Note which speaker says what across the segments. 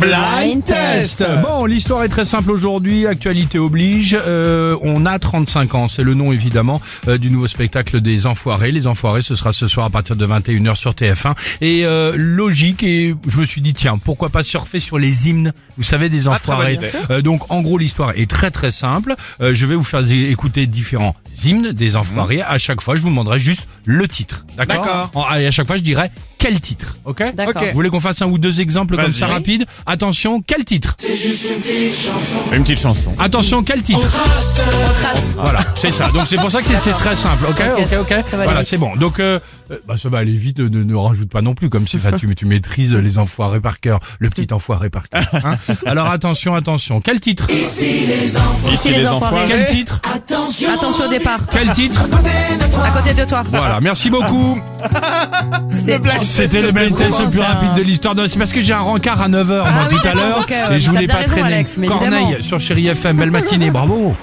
Speaker 1: Blind Test
Speaker 2: Bon, Oh, l'histoire est très simple aujourd'hui, actualité oblige. Euh, on a 35 ans, c'est le nom évidemment euh, du nouveau spectacle des Enfoirés. Les Enfoirés, ce sera ce soir à partir de 21h sur TF1. Et euh, logique, et je me suis dit, tiens, pourquoi pas surfer sur les hymnes, vous savez, des
Speaker 1: Ah,
Speaker 2: Enfoirés. Euh, donc en gros, l'histoire est très très simple. Euh, je vais vous faire é- écouter différents hymnes des Enfoirés. À chaque fois, je vous demanderai juste le titre. D'accord
Speaker 1: D'accord.
Speaker 2: En- Et à chaque fois, je dirai quel titre, ok
Speaker 1: D'accord.
Speaker 2: Vous voulez qu'on fasse un ou deux exemples comme ça rapide Attention, quel titre
Speaker 1: Une petite chanson.
Speaker 2: Attention, quel titre Voilà, c'est ça. Donc c'est pour ça que c'est c'est très simple. Ok, ok, ok. Voilà, c'est bon. Donc euh, euh, bah, ça va aller vite. Ne, ne rajoute pas non plus, comme si enfin, tu, tu maîtrises les enfoirés par cœur, le petit enfoiré par cœur. hein. Alors attention, attention. Quel titre
Speaker 3: Ah
Speaker 1: Ici les enfoirés.
Speaker 2: Quel titre
Speaker 3: Attention au départ,
Speaker 2: Quel titre
Speaker 3: à côté de toi.
Speaker 2: Voilà. Merci beaucoup. C'était le blind test le plus rapide de l'histoire. Non, C'est parce que j'ai un rencard à 9h moi,
Speaker 3: Ah oui,
Speaker 2: tout à
Speaker 3: d'accord,
Speaker 2: l'heure
Speaker 3: ok,
Speaker 2: et
Speaker 3: ouais,
Speaker 2: je
Speaker 3: t'as
Speaker 2: voulais
Speaker 3: bien
Speaker 2: pas
Speaker 3: raison,
Speaker 2: traîner.
Speaker 3: Alex, mais
Speaker 2: Corneille
Speaker 3: évidemment.
Speaker 2: sur Chéri FM, belle matinée, bravo.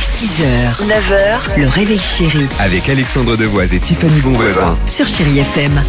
Speaker 4: 6h, 9h, le réveil chéri
Speaker 5: Avec Alexandre Devoise et Tiffany Bonvoisin.
Speaker 4: sur Chéri FM.